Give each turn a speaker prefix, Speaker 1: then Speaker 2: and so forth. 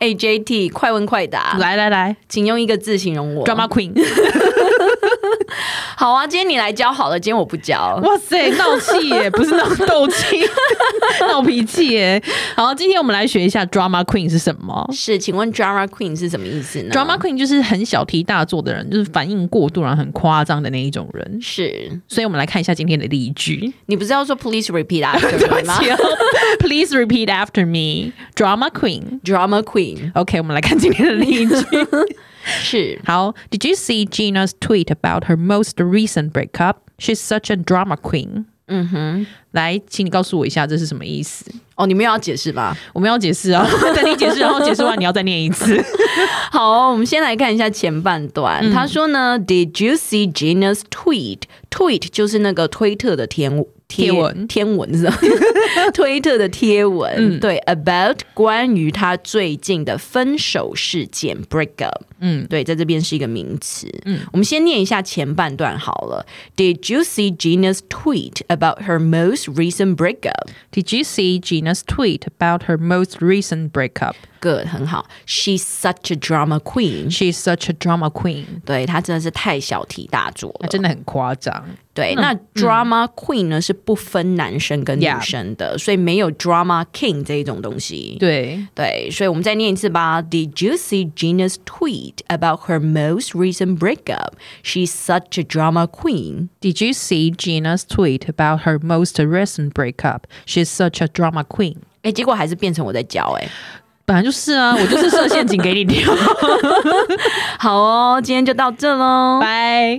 Speaker 1: A J T，快问快答，
Speaker 2: 来来来
Speaker 1: 请用一个字形啊容我。啊
Speaker 2: ，Drama Queen！
Speaker 1: 好啊，今天你来教好了，今天我啊不教。
Speaker 2: 哇塞，闹气耶，不是闹斗 气，闹脾气耶。好，今天我们来学一下 Drama Queen 是什么。
Speaker 1: 是，请问 drama queen 是什啊么意思呢
Speaker 2: Drama Queen 就是很小题大做的人，就是反应过度然后很夸张的那一种人。
Speaker 1: 是
Speaker 2: 所以我们来看一下今天的例句。
Speaker 1: 你不是要说 please repeat after me 吗
Speaker 2: 啊 Please repeat after me. Drama Queen.
Speaker 1: ？Drama queen
Speaker 2: OK，我们来看今天的 例句。
Speaker 1: 是
Speaker 2: 好，Did you see Gina's tweet about her most recent breakup? She's such a drama queen.
Speaker 1: 嗯哼
Speaker 2: 来，请你告诉我一下这是什么意思？
Speaker 1: 哦，你们有要解释吗？
Speaker 2: 我们要解释啊， 等你解释，然后解释完你要再念一次。
Speaker 1: 好，我们先来看一下前半段。
Speaker 2: 嗯
Speaker 1: 他说呢，Did you see Gina's tweet? Tweet 就是那个推特的天贴
Speaker 2: 贴文嗯
Speaker 1: 天文 是吧？推特的贴文，对，about 关于他最近的分手事件 break up，嗯，对，在这边是一个名词，嗯，我们先念一下前半段好了。Did you see Gina's tweet about her most recent breakup?
Speaker 2: Did you see Gina's tweet about her most recent breakup?
Speaker 1: Good，很好。She's such a drama queen，
Speaker 2: She's such a drama queen.
Speaker 1: 对她真的是太小题大做了
Speaker 2: 啊、。真的很夸张。
Speaker 1: 对，那 drama queen 呢是不分男生跟女
Speaker 2: Yeah
Speaker 1: 生的所以没有 drama king 这一种东西。
Speaker 2: 对
Speaker 1: 对，所以我们再念一次吧。Did you see Gina's tweet about her most recent breakup? She's such a drama queen。
Speaker 2: ，Did you see Gina's tweet about her most recent breakup? She's such a drama queen.
Speaker 1: 哎，结果还是变成我在教哎。
Speaker 2: 本来就是啊，我就是设陷阱给你跳。
Speaker 1: 好哦，今天就到这喽。
Speaker 2: 拜。